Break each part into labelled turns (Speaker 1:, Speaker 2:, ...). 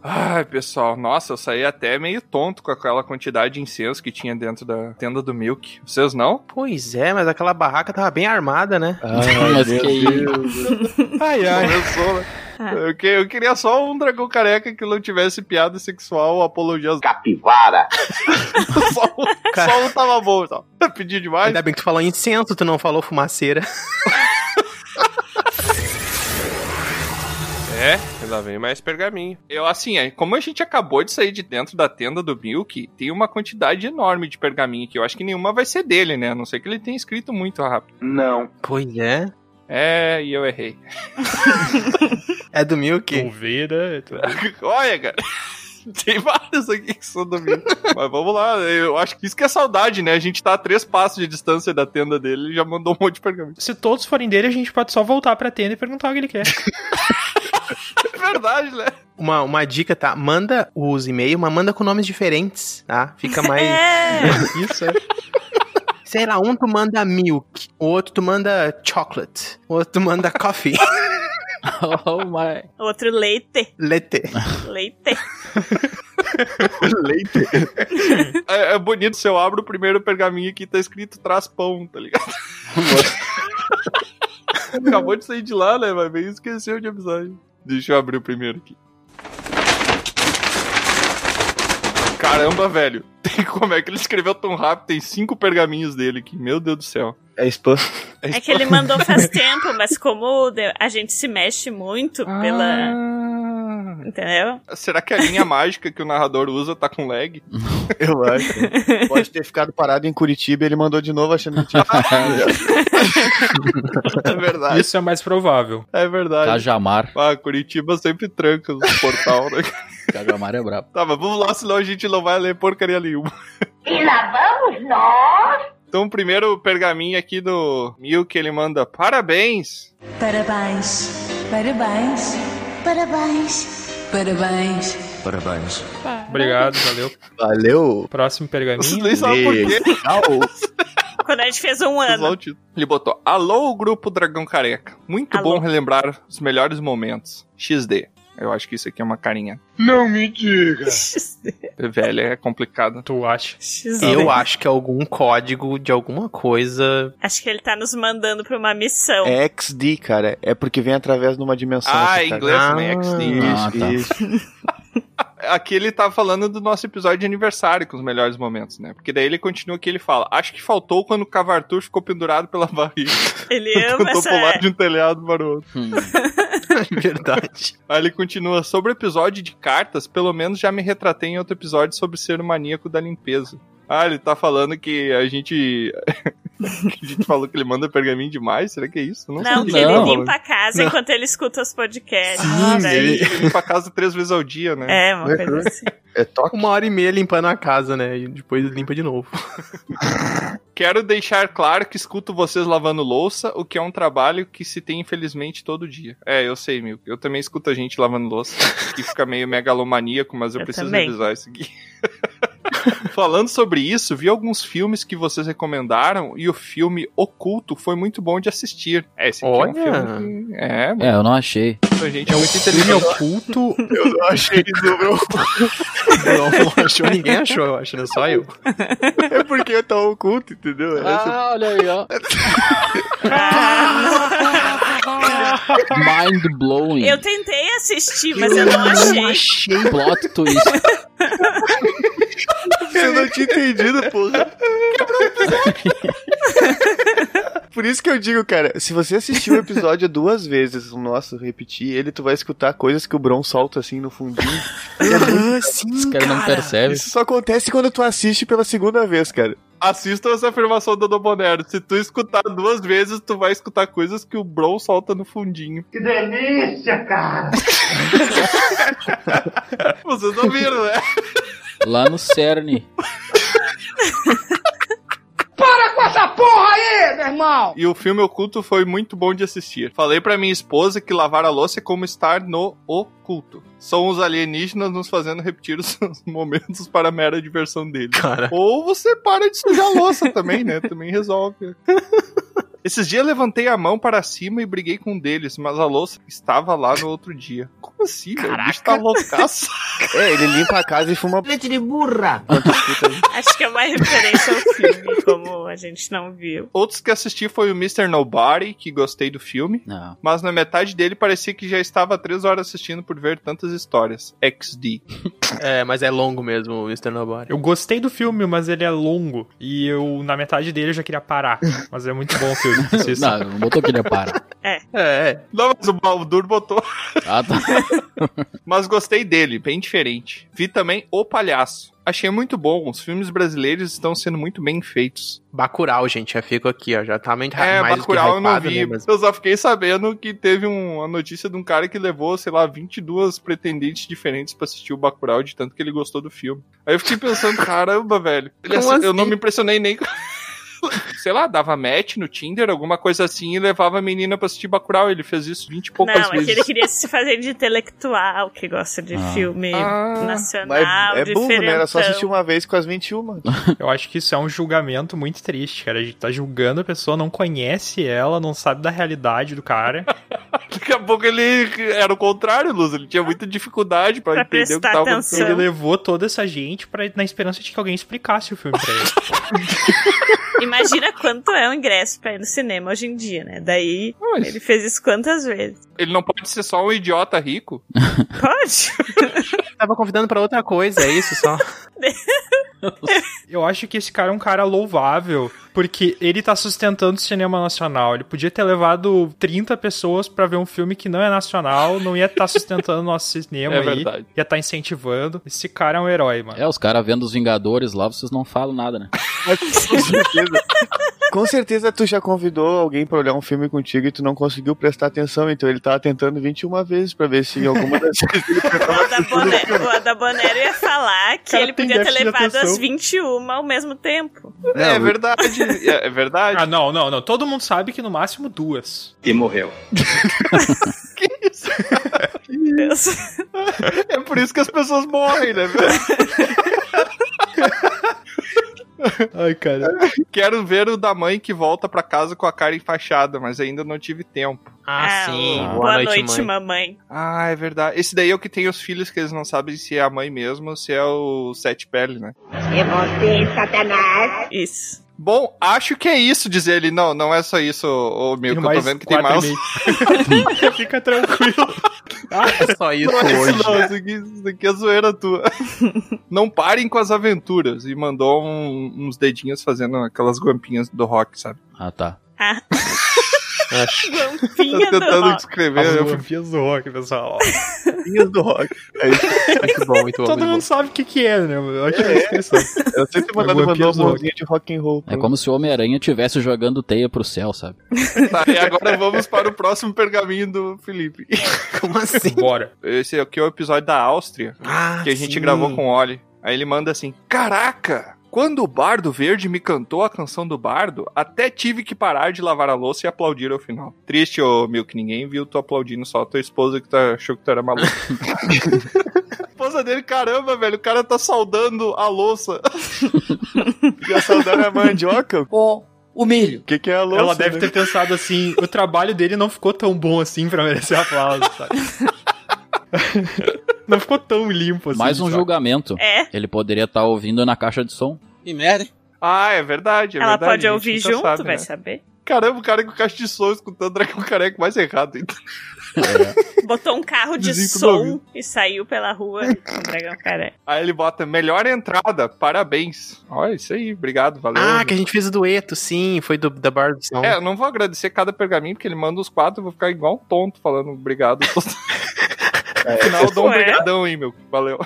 Speaker 1: Ai, pessoal, nossa, eu saí até meio tonto com aquela quantidade de incenso que tinha dentro da tenda do Milk. Vocês não?
Speaker 2: Pois é, mas aquela barraca tava bem armada, né?
Speaker 3: Ai, mas que Deus.
Speaker 1: ai, ai. Começou, né? Ah. Eu, que, eu, queria só um dragão careca que não tivesse piada sexual, apologia.
Speaker 4: Capivara!
Speaker 1: só, um, Cara... só um tava bom, tá? Pedi demais.
Speaker 2: Ainda bem que tu falou incenso, tu não falou fumaceira.
Speaker 1: é, lá vem mais pergaminho. Eu, assim, como a gente acabou de sair de dentro da tenda do Milk, tem uma quantidade enorme de pergaminho que eu acho que nenhuma vai ser dele, né? A não sei que ele tenha escrito muito rápido.
Speaker 4: Não.
Speaker 2: Pois é.
Speaker 1: É, e eu errei.
Speaker 2: é do Milk?
Speaker 3: Com V, né?
Speaker 1: Olha, cara. Tem vários aqui que são do Milk. Mas vamos lá, eu acho que isso que é saudade, né? A gente tá a três passos de distância da tenda dele e já mandou um monte de pergaminho.
Speaker 3: Se todos forem dele, a gente pode só voltar pra tenda e perguntar o que ele quer.
Speaker 1: É verdade, né?
Speaker 2: Uma, uma dica, tá? Manda os e-mails, mas manda com nomes diferentes, tá? Fica mais.
Speaker 5: É.
Speaker 2: Isso, é. Sei lá, um tu manda milk, o outro tu manda chocolate, o outro tu manda coffee.
Speaker 5: oh my. Outro leite.
Speaker 2: Leite.
Speaker 5: Leite.
Speaker 1: leite. é, é, bonito se eu abro o primeiro pergaminho aqui tá escrito traz pão, tá ligado? Acabou de sair de lá, né? Mas meio esqueceu de amizade. Deixa eu abrir o primeiro aqui. Caramba, velho. Como é que ele escreveu tão rápido? Tem cinco pergaminhos dele aqui. Meu Deus do céu.
Speaker 2: É spam.
Speaker 5: É, é, que ele mandou faz tempo, mas como a gente se mexe muito pela. Ah. Entendeu?
Speaker 1: Será que a linha mágica que o narrador usa tá com lag?
Speaker 3: Eu acho. Pode ter ficado parado em Curitiba e ele mandou de novo achando que tinha
Speaker 1: É
Speaker 2: Tá.
Speaker 1: verdade.
Speaker 3: Isso é mais provável.
Speaker 1: É verdade.
Speaker 6: Cajamar.
Speaker 1: Ah, Curitiba sempre tranca o portal, né?
Speaker 6: Cajamar é brabo.
Speaker 1: Tá, mas vamos lá, senão a gente não vai ler porcaria nenhuma.
Speaker 7: E lá vamos nós!
Speaker 1: Então, o primeiro pergaminho aqui do Milk, ele manda parabéns.
Speaker 8: Parabéns. Parabéns. Parabéns. Parabéns.
Speaker 6: Parabéns.
Speaker 3: Obrigado, valeu.
Speaker 2: Valeu.
Speaker 3: Próximo
Speaker 4: É
Speaker 3: pergaminho. Vocês
Speaker 1: nem sabem por quê.
Speaker 3: Ah,
Speaker 1: né?
Speaker 5: Quando a gente fez um ano.
Speaker 1: Ele botou, alô, grupo Dragão Careca. Muito alô. bom relembrar os melhores momentos. XD. Eu acho que isso aqui é uma carinha.
Speaker 3: Não me diga!
Speaker 1: Velho, é complicado.
Speaker 3: Tu acha?
Speaker 2: Eu acho que é algum código de alguma coisa.
Speaker 5: Acho que ele tá nos mandando pra uma missão.
Speaker 3: É XD, cara. É porque vem através de uma dimensão.
Speaker 1: Ah, em inglês também é XD. Ah, isso, tá. isso. aqui ele tá falando do nosso episódio de aniversário com os melhores momentos, né? Porque daí ele continua que ele fala: Acho que faltou quando o Cavartur ficou pendurado pela barriga.
Speaker 5: Ele ama
Speaker 1: essa... pular de um telhado maroto. Hum.
Speaker 2: Verdade.
Speaker 1: Aí ele continua: Sobre o episódio de cartas, pelo menos já me retratei em outro episódio sobre ser o maníaco da limpeza. Ah, ele tá falando que a gente. a gente falou que ele manda pergaminho demais? Será que é isso?
Speaker 5: Não, não que não. ele limpa a casa não. enquanto ele escuta os podcasts.
Speaker 1: Ah, né? ele, ele limpa a casa três vezes ao dia,
Speaker 5: né? É, uma coisa assim.
Speaker 2: É toque. Uma hora e meia limpando a casa, né? E depois limpa de novo.
Speaker 1: Quero deixar claro que escuto vocês lavando louça, o que é um trabalho que se tem, infelizmente, todo dia. É, eu sei, meu. Eu também escuto a gente lavando louça, que fica meio megalomaníaco, mas eu, eu preciso também. revisar isso aqui. Falando sobre isso, vi alguns filmes que vocês recomendaram e o filme Oculto foi muito bom de assistir. É, esse aqui Olha. é um filme. Que... É,
Speaker 6: é, eu não achei.
Speaker 1: A gente é muito interessante.
Speaker 2: Oculto?
Speaker 3: Eu não achei do meu.
Speaker 2: não, achou, ninguém achou, eu acho, né? Só eu.
Speaker 3: É porque eu tava oculto, entendeu?
Speaker 6: Ah, Essa... olha aí, ó. Mind blowing.
Speaker 5: Eu tentei assistir, mas eu, eu não achei. Não achei.
Speaker 6: Plot twist.
Speaker 3: Eu não tinha entendido, porra. Quebrou o episódio. Por isso que eu digo, cara, se você assistir o episódio duas vezes, o nosso repetir ele, tu vai escutar coisas que o Bron solta assim no fundinho.
Speaker 2: Aham, sim, Esse cara, cara
Speaker 6: não
Speaker 4: É
Speaker 6: percebe.
Speaker 3: Isso só acontece quando tu assiste pela segunda vez, cara.
Speaker 1: Assista essa afirmação do Dobonero. Se tu escutar duas vezes, tu vai escutar coisas que o Bron solta no fundinho.
Speaker 7: Que delícia, cara!
Speaker 1: Vocês ouviram, né?
Speaker 6: Lá no CERN.
Speaker 7: Para com essa porra aí, meu irmão!
Speaker 1: E o filme Oculto foi muito bom de assistir. Falei pra minha esposa que lavar a louça é como estar no oculto. São os alienígenas nos fazendo repetir os momentos para mera diversão deles.
Speaker 2: Cara.
Speaker 1: Ou você para de sujar a louça também, né? Também resolve. Esses dias eu levantei a mão para cima e briguei com um deles, mas a louça estava lá no outro dia. Como assim, velho? O bicho tá loucaço.
Speaker 3: É, ele limpa a casa e fuma.
Speaker 7: Leite de burra.
Speaker 5: Acho que é uma referência ao filme, como a gente não viu.
Speaker 1: Outros que assisti foi o Mr. Nobody, que gostei do filme.
Speaker 6: Não.
Speaker 1: Mas na metade dele parecia que já estava há três horas assistindo por ver tantas histórias. XD.
Speaker 2: É, mas é longo mesmo o Mr. Nobody.
Speaker 4: Eu gostei do filme, mas ele é longo. E eu, na metade dele, eu já queria parar. Mas é muito bom o filme. assista.
Speaker 6: Não, não botou que ele para.
Speaker 2: É, é.
Speaker 1: Não, mas o Baldur botou.
Speaker 6: Ah, tá.
Speaker 1: Mas gostei dele, bem diferente. Vi também O Palhaço. Achei muito bom, os filmes brasileiros estão sendo muito bem feitos.
Speaker 2: Bacurau, gente, já fico aqui, ó. Já tá meio
Speaker 1: É,
Speaker 2: mais do que
Speaker 1: Bacurau eu não
Speaker 2: hypado,
Speaker 1: vi.
Speaker 2: né, mas-
Speaker 1: Eu só fiquei sabendo que teve um- uma notícia de um cara que levou, sei lá, 22 pretendentes diferentes pra assistir o Bacurau, de tanto que ele gostou do filme. Aí eu fiquei pensando, caramba, velho. Ele
Speaker 2: Como
Speaker 1: assi- Eu
Speaker 2: assim?
Speaker 1: não me impressionei nem com... Sei lá, dava match no Tinder, alguma coisa assim, e levava a menina pra assistir Bacurau. Ele fez isso 20 e poucas
Speaker 5: não, é
Speaker 1: vezes.
Speaker 5: que ele queria se fazer de intelectual, que gosta de
Speaker 6: Ah.
Speaker 5: filme
Speaker 1: Ah,
Speaker 3: Mas
Speaker 5: nacional,
Speaker 3: é burro, né? Era só
Speaker 5: diferentão.
Speaker 3: assistir uma vez com as 21.
Speaker 4: Eu acho que isso é um julgamento muito triste, cara. A gente tá julgando a pessoa, não conhece ela, não sabe da realidade do cara.
Speaker 1: Daqui a pouco ele era o contrário, Luz. Ele tinha muita dificuldade pra,
Speaker 5: Pra
Speaker 1: entender o que
Speaker 5: prestar
Speaker 1: tava
Speaker 5: atenção.
Speaker 4: Ele
Speaker 1: acontecendo.
Speaker 4: levou toda essa gente pra, na esperança de que alguém explicasse o filme pra ele.
Speaker 3: um-
Speaker 5: Imagina quanto é o ingresso pra ir no cinema hoje em dia, né? Daí
Speaker 1: Mas-
Speaker 5: ele fez isso quantas vezes?
Speaker 1: Ele não pode ser só um idiota rico.
Speaker 5: Pode?
Speaker 2: Tava convidando pra outra coisa, é isso só.
Speaker 4: Eu acho que esse cara é um cara louvável, porque ele tá sustentando o cinema nacional. Ele podia ter levado 30 pessoas pra ver um filme que não é nacional, não ia estar sustentando o nosso cinema
Speaker 1: É
Speaker 4: aí.
Speaker 1: verdade.
Speaker 4: Ia estar incentivando. Esse cara é um herói, mano.
Speaker 6: É, os caras vendo os Vingadores lá, vocês não falam nada, né?
Speaker 3: Mas com certeza. Com certeza tu já convidou alguém pra olhar um filme contigo e tu não conseguiu prestar atenção, então ele tava tentando 21 vezes pra ver se alguma das vezes ele
Speaker 5: O Ada Boné- o Ada Bonero ia falar que
Speaker 4: Cara,
Speaker 5: ele
Speaker 4: tem
Speaker 5: podia ter
Speaker 4: déficit de
Speaker 5: levado
Speaker 4: atenção.
Speaker 5: as 21 ao mesmo tempo.
Speaker 1: É, verdade. É, é verdade.
Speaker 4: Ah, não, não, não. Todo mundo sabe que no máximo duas.
Speaker 5: Deus.
Speaker 1: É por isso que as pessoas morrem, né, velho?
Speaker 4: Ai, cara.
Speaker 1: Quero ver o da mãe que volta pra casa com a cara enfaixada, mas ainda não tive tempo.
Speaker 2: Ah,
Speaker 5: Ah,
Speaker 2: sim.
Speaker 5: o-
Speaker 2: Boa,
Speaker 5: Boa
Speaker 2: noite,
Speaker 5: noite,
Speaker 2: mãe.
Speaker 5: mamãe.
Speaker 1: Ah, é verdade. Esse daí é o que tem os filhos que eles não sabem se é a mãe mesmo ou se é o Sete Pele, né?
Speaker 7: É você, Satanás.
Speaker 5: Isso.
Speaker 1: Bom, acho que é isso, diz ele. Não, não é só isso, ô, ô meu, que eu tô vendo que tem mais.
Speaker 4: quatro e meio. Fica tranquilo.
Speaker 2: É só isso
Speaker 1: Não é isso
Speaker 2: hoje.
Speaker 1: não, isso aqui, isso aqui é zoeira tua. não parem com as aventuras. E mandou um- uns dedinhos fazendo aquelas guampinhas do rock, sabe?
Speaker 6: Ah, tá.
Speaker 5: Ah,
Speaker 3: Tá
Speaker 1: Tô
Speaker 5: guampinha do
Speaker 1: tentando
Speaker 5: rock.
Speaker 1: descrever.
Speaker 4: As
Speaker 1: eu
Speaker 4: Vampias do rock, pessoal.
Speaker 3: Filhos do rock.
Speaker 1: É
Speaker 2: Muito bom, muito bom.
Speaker 4: Todo
Speaker 2: muito
Speaker 4: mundo sabe o que que é, né? Eu acho que é descrição.
Speaker 3: Eu sempre mandando
Speaker 4: Alguma
Speaker 3: mandou
Speaker 4: piada do
Speaker 3: uma mãozinha de rock and roll.
Speaker 6: É como se o Homem-Aranha estivesse jogando teia pro céu, sabe?
Speaker 1: fui- tá, e agora vamos para o próximo pergaminho do Felipe.
Speaker 2: bom. Como assim?
Speaker 4: Bora.
Speaker 1: Esse aqui é o episódio da Áustria,
Speaker 2: Ah,
Speaker 1: que a gente
Speaker 2: sim.
Speaker 1: gravou com o Oli. Aí ele manda assim: Caraca! Quando o Bardo Verde me cantou a canção do Bardo, até tive que parar de lavar a louça e aplaudir ao final. Triste, ô Milk, ninguém viu tu aplaudindo, só a tua esposa que tá, achou que tu era maluco. A esposa dele, caramba, velho, o cara tá saudando a louça.
Speaker 3: E a saudade é mandioca? Com o milho. O que, que é a louça?
Speaker 4: Ela deve
Speaker 3: né?
Speaker 4: ter pensado assim, o trabalho dele não ficou tão bom assim pra merecer aplauso, sabe? não ficou tão limpo assim.
Speaker 6: Mais um
Speaker 4: sabe?
Speaker 6: julgamento.
Speaker 5: É,
Speaker 6: Ele poderia estar ouvindo na caixa de som.
Speaker 9: Que merda, hein?
Speaker 1: Ah, é verdade, é
Speaker 5: ela
Speaker 1: verdade.
Speaker 5: pode
Speaker 1: a gente
Speaker 5: ouvir
Speaker 1: nunca
Speaker 5: junto,
Speaker 1: sabe,
Speaker 5: vai
Speaker 1: né?
Speaker 5: saber.
Speaker 1: Caramba, o cara com caixa de som escutando é Dragão Careca mais errado. então." ainda.
Speaker 5: Botou um carro de
Speaker 1: Zico
Speaker 5: som e saiu pela rua com o dragão careca.
Speaker 1: Aí ele bota melhor entrada, parabéns. Olha, isso aí, obrigado, valeu.
Speaker 2: Ah, que a gente fez o dueto, sim. Foi do, da Bar do Som.
Speaker 1: É, eu não vou agradecer cada pergaminho, porque ele manda os quatro, eu vou ficar igual um tonto falando obrigado. No final eu dou um
Speaker 5: Ué?
Speaker 1: brigadão aí, meu. Valeu.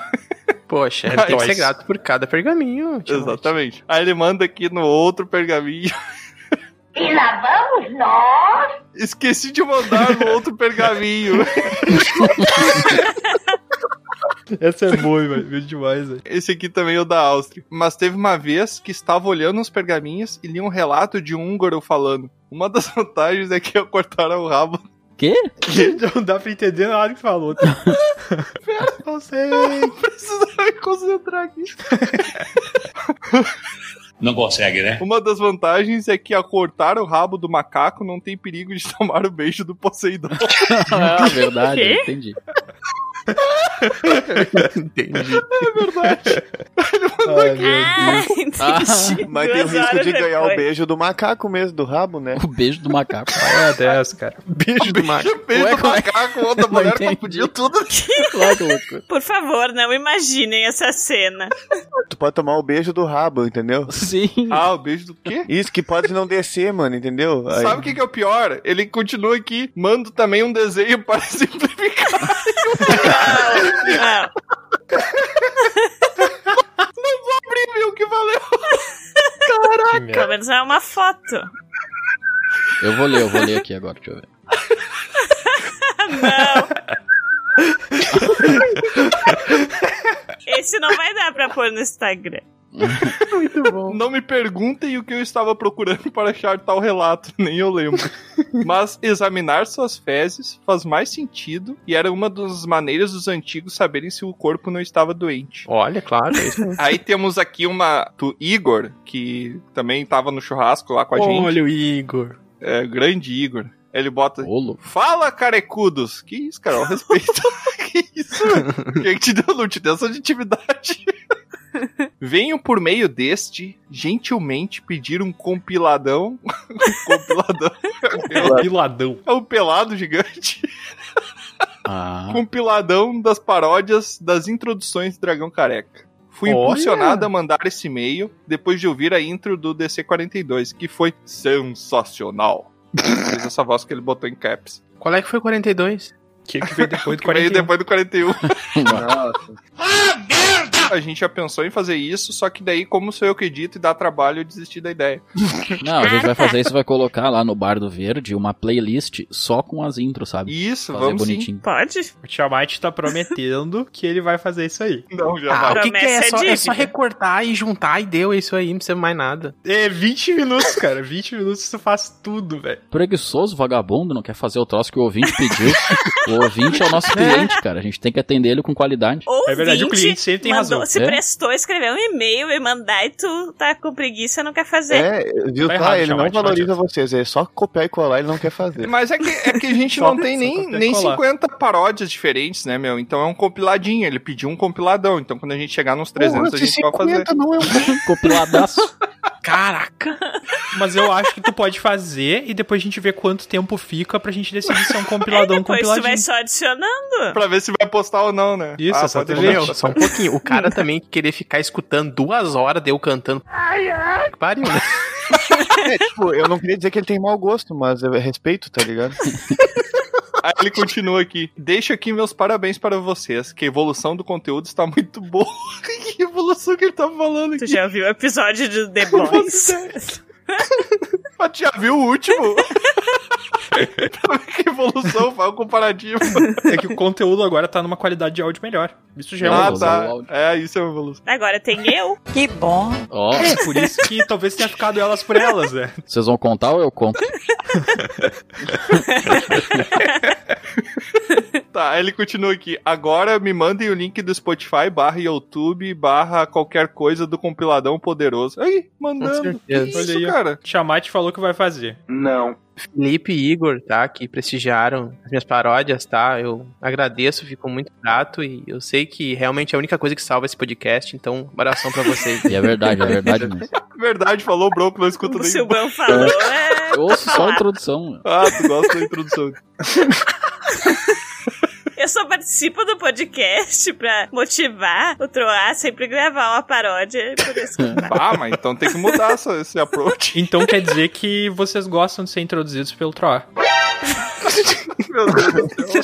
Speaker 2: Poxa,
Speaker 1: Ah,
Speaker 2: tem que ser
Speaker 1: isso.
Speaker 2: grato por cada pergaminho. tio.
Speaker 1: Exatamente. Aí ele manda aqui no outro pergaminho.
Speaker 7: E lá vamos nós.
Speaker 1: Esqueci de mandar no outro pergaminho.
Speaker 4: Essa é boa, velho. Viu demais, velho.
Speaker 1: Esse aqui também é o da Áustria. Mas teve uma vez que estava olhando os pergaminhos e li um relato de um húngaro falando. Uma das vantagens é que eu cortaram o rabo.
Speaker 6: Quê?
Speaker 4: Não dá pra entender nada que falou. não sei.
Speaker 1: Tá Precisa me concentrar aqui.
Speaker 9: Não consegue, né?
Speaker 1: Uma das vantagens é que ao cortar o rabo do macaco não tem perigo de tomar o beijo do Poseidon.
Speaker 6: Ah, verdade,
Speaker 5: Quê?
Speaker 6: entendi.
Speaker 3: Entendi.
Speaker 5: Ah, entendi.
Speaker 6: Ah,
Speaker 3: Mas tem o
Speaker 5: Duas
Speaker 3: risco
Speaker 5: horas
Speaker 3: de ganhar o
Speaker 5: depois.
Speaker 3: beijo do macaco mesmo, do rabo, né?
Speaker 6: O beijo do macaco.
Speaker 4: É, 10, cara.
Speaker 3: Beijo do macaco.
Speaker 1: beijo
Speaker 6: Ué,
Speaker 1: do
Speaker 6: como é
Speaker 1: macaco, outra
Speaker 6: Não
Speaker 1: mulher
Speaker 6: entendi.
Speaker 1: confundiu tudo.
Speaker 6: Logo, louco.
Speaker 5: Por favor, não imaginem essa cena.
Speaker 3: Tu pode tomar o beijo do rabo, entendeu?
Speaker 6: Sim.
Speaker 1: Ah, o beijo do quê?
Speaker 3: Isso que pode não descer, mano, entendeu? Aí-
Speaker 1: Sabe o que, que é o pior? Ele continua aqui, mando também um desenho para simplificar.
Speaker 5: Não,
Speaker 1: Imprimiu o que valeu.
Speaker 4: Que
Speaker 5: pelo
Speaker 4: merda.
Speaker 5: menos é uma foto.
Speaker 6: Eu vou ler, eu vou ler aqui agora, deixa eu ver.
Speaker 5: Esse não vai dar pra pôr no Instagram.
Speaker 1: Não me perguntem o que eu estava procurando para achar tal relato, nem eu lembro. Mas examinar suas fezes faz mais sentido e era uma das maneiras dos antigos saberem se o corpo não estava doente.
Speaker 2: Olha, claro, é isso.
Speaker 1: Aí temos aqui uma do Igor, que também estava no churrasco lá com a gente.
Speaker 2: o Igor.
Speaker 1: É, grande Igor. Ele bota.
Speaker 6: Ô, louco.
Speaker 1: Fala, carecudos! Que isso, cara? Ao respeito. que isso? Quem que te deu, não te deu essa intimidade? Venho por meio deste, gentilmente, pedir um compiladão. um compiladão.
Speaker 4: Piladão.
Speaker 1: É um pelado gigante.
Speaker 6: Ah,
Speaker 1: Compiladão das paródias das introduções do Dragão Careca. Fui
Speaker 4: Olha!
Speaker 1: impulsionado a mandar esse e-mail depois de ouvir a intro do DC42, que foi sensacional. Fiz essa voz que ele botou em caps.
Speaker 2: Qual é que foi 42?
Speaker 4: Que, que veio depois do
Speaker 1: Veio
Speaker 4: 41.
Speaker 1: depois do 41. A gente já pensou em fazer isso, só que daí, como sou eu que edito e dá trabalho, eu desisti da ideia.
Speaker 6: não, a gente vai fazer isso, vai colocar lá no Bar do Verde uma playlist só com as intros, sabe?
Speaker 1: Isso,
Speaker 6: Fazer
Speaker 1: vamos sim.
Speaker 6: bonitinho.
Speaker 5: Pode?
Speaker 4: O Tiamat tá prometendo que ele vai fazer isso aí.
Speaker 1: Não, já
Speaker 2: Ah,
Speaker 1: vai.
Speaker 2: o que, que é?
Speaker 5: Promessa
Speaker 2: É
Speaker 5: é
Speaker 2: só, é só
Speaker 5: dívida.
Speaker 2: recortar e juntar e deu isso aí, não precisa mais nada.
Speaker 4: É 20 minutos, cara. 20 minutos tu faz tudo, velho.
Speaker 6: Preguiçoso, vagabundo, não quer fazer o troço que o ouvinte pediu. o ouvinte é o nosso cliente, cara. A gente tem que atender ele com qualidade.
Speaker 5: Ou
Speaker 4: É verdade, o cliente sempre tem
Speaker 5: mandou,
Speaker 4: razão. né?
Speaker 5: Se
Speaker 6: É?
Speaker 5: prestou a escrever um e-mail e mandar e tu tá com preguiça não quer fazer.
Speaker 3: É, viu?
Speaker 4: Tá
Speaker 3: Tá,
Speaker 4: errado,
Speaker 3: ele não
Speaker 4: Chamate, não
Speaker 3: valoriza vocês, é só copiar e colar, ele não quer fazer.
Speaker 1: Mas é que, é que a gente
Speaker 4: Só-
Speaker 1: não tem
Speaker 4: só
Speaker 1: nem,
Speaker 4: copiar e
Speaker 1: nem
Speaker 4: colar.
Speaker 1: 50 paródias diferentes, né, meu? Então é um compiladinho. Ele pediu um compiladão. Então quando a gente chegar nos 300, a gente vai fazer.
Speaker 3: não é um
Speaker 6: Compiladaço.
Speaker 2: Caraca!
Speaker 4: Mas eu acho que tu pode fazer e depois a gente vê quanto tempo fica pra gente decidir se é um compilador ou um
Speaker 5: Depois tu vai
Speaker 4: compiladinho.
Speaker 5: só adicionando.
Speaker 1: Pra ver se vai postar ou não, né?
Speaker 4: Isso,
Speaker 1: ah,
Speaker 4: essa
Speaker 1: pode
Speaker 4: TV.
Speaker 1: ver.
Speaker 2: Só um pouquinho. O cara também que querer ficar escutando duas horas, deu cantando. Que Pariu, né?
Speaker 3: É, tipo, eu não queria dizer que ele tem mau gosto, mas eu respeito, tá ligado?
Speaker 1: Aí ele continua aqui. Deixo aqui meus parabéns para vocês, que a evolução do conteúdo está muito boa. que evolução que ele tá falando
Speaker 5: Tu
Speaker 1: aqui?
Speaker 5: já viu o episódio de The Boys?
Speaker 1: Mas tu já viu o último? Pra ver que evolução, faz um comparativo.
Speaker 4: É que o conteúdo agora tá numa qualidade de áudio melhor. Isso já é uma
Speaker 1: Ah,
Speaker 6: evolução,
Speaker 1: tá.
Speaker 6: o áudio.
Speaker 1: É, isso é uma evolução.
Speaker 5: Agora tem eu.
Speaker 8: Que bom.
Speaker 6: Ó,
Speaker 4: É, por isso que talvez tenha ficado elas por elas, né?
Speaker 6: vocês vão contar ou eu conto?
Speaker 1: Tá, aí ele continua aqui. Agora me mandem o link do Spotify barra YouTube barra qualquer coisa do compiladão poderoso. Aí, mandando. Que
Speaker 2: certeza.
Speaker 1: isso,
Speaker 4: Olha aí, ó.
Speaker 1: cara?
Speaker 4: Tiamat falou que vai fazer.
Speaker 2: Felipe e Igor, tá? Que prestigiaram as minhas paródias, tá? Eu agradeço, fico muito grato e eu sei que realmente é a única coisa que salva esse podcast, então, abração pra vocês.
Speaker 6: E é verdade, é verdade mesmo.
Speaker 1: Verdade, falou o Bronco, não escuta
Speaker 5: O
Speaker 1: nem...
Speaker 5: Silvão falou. É...
Speaker 6: Eu ouço só a introdução.
Speaker 1: Ah, tu gosta da introdução.
Speaker 5: Eu só participo do podcast pra motivar o Troá a sempre gravar uma paródia. Por isso que
Speaker 1: Ah, mas então tem que mudar essa, esse approach.
Speaker 4: Então quer dizer que vocês gostam de ser introduzidos pelo Troar.
Speaker 1: Meu Deus do céu.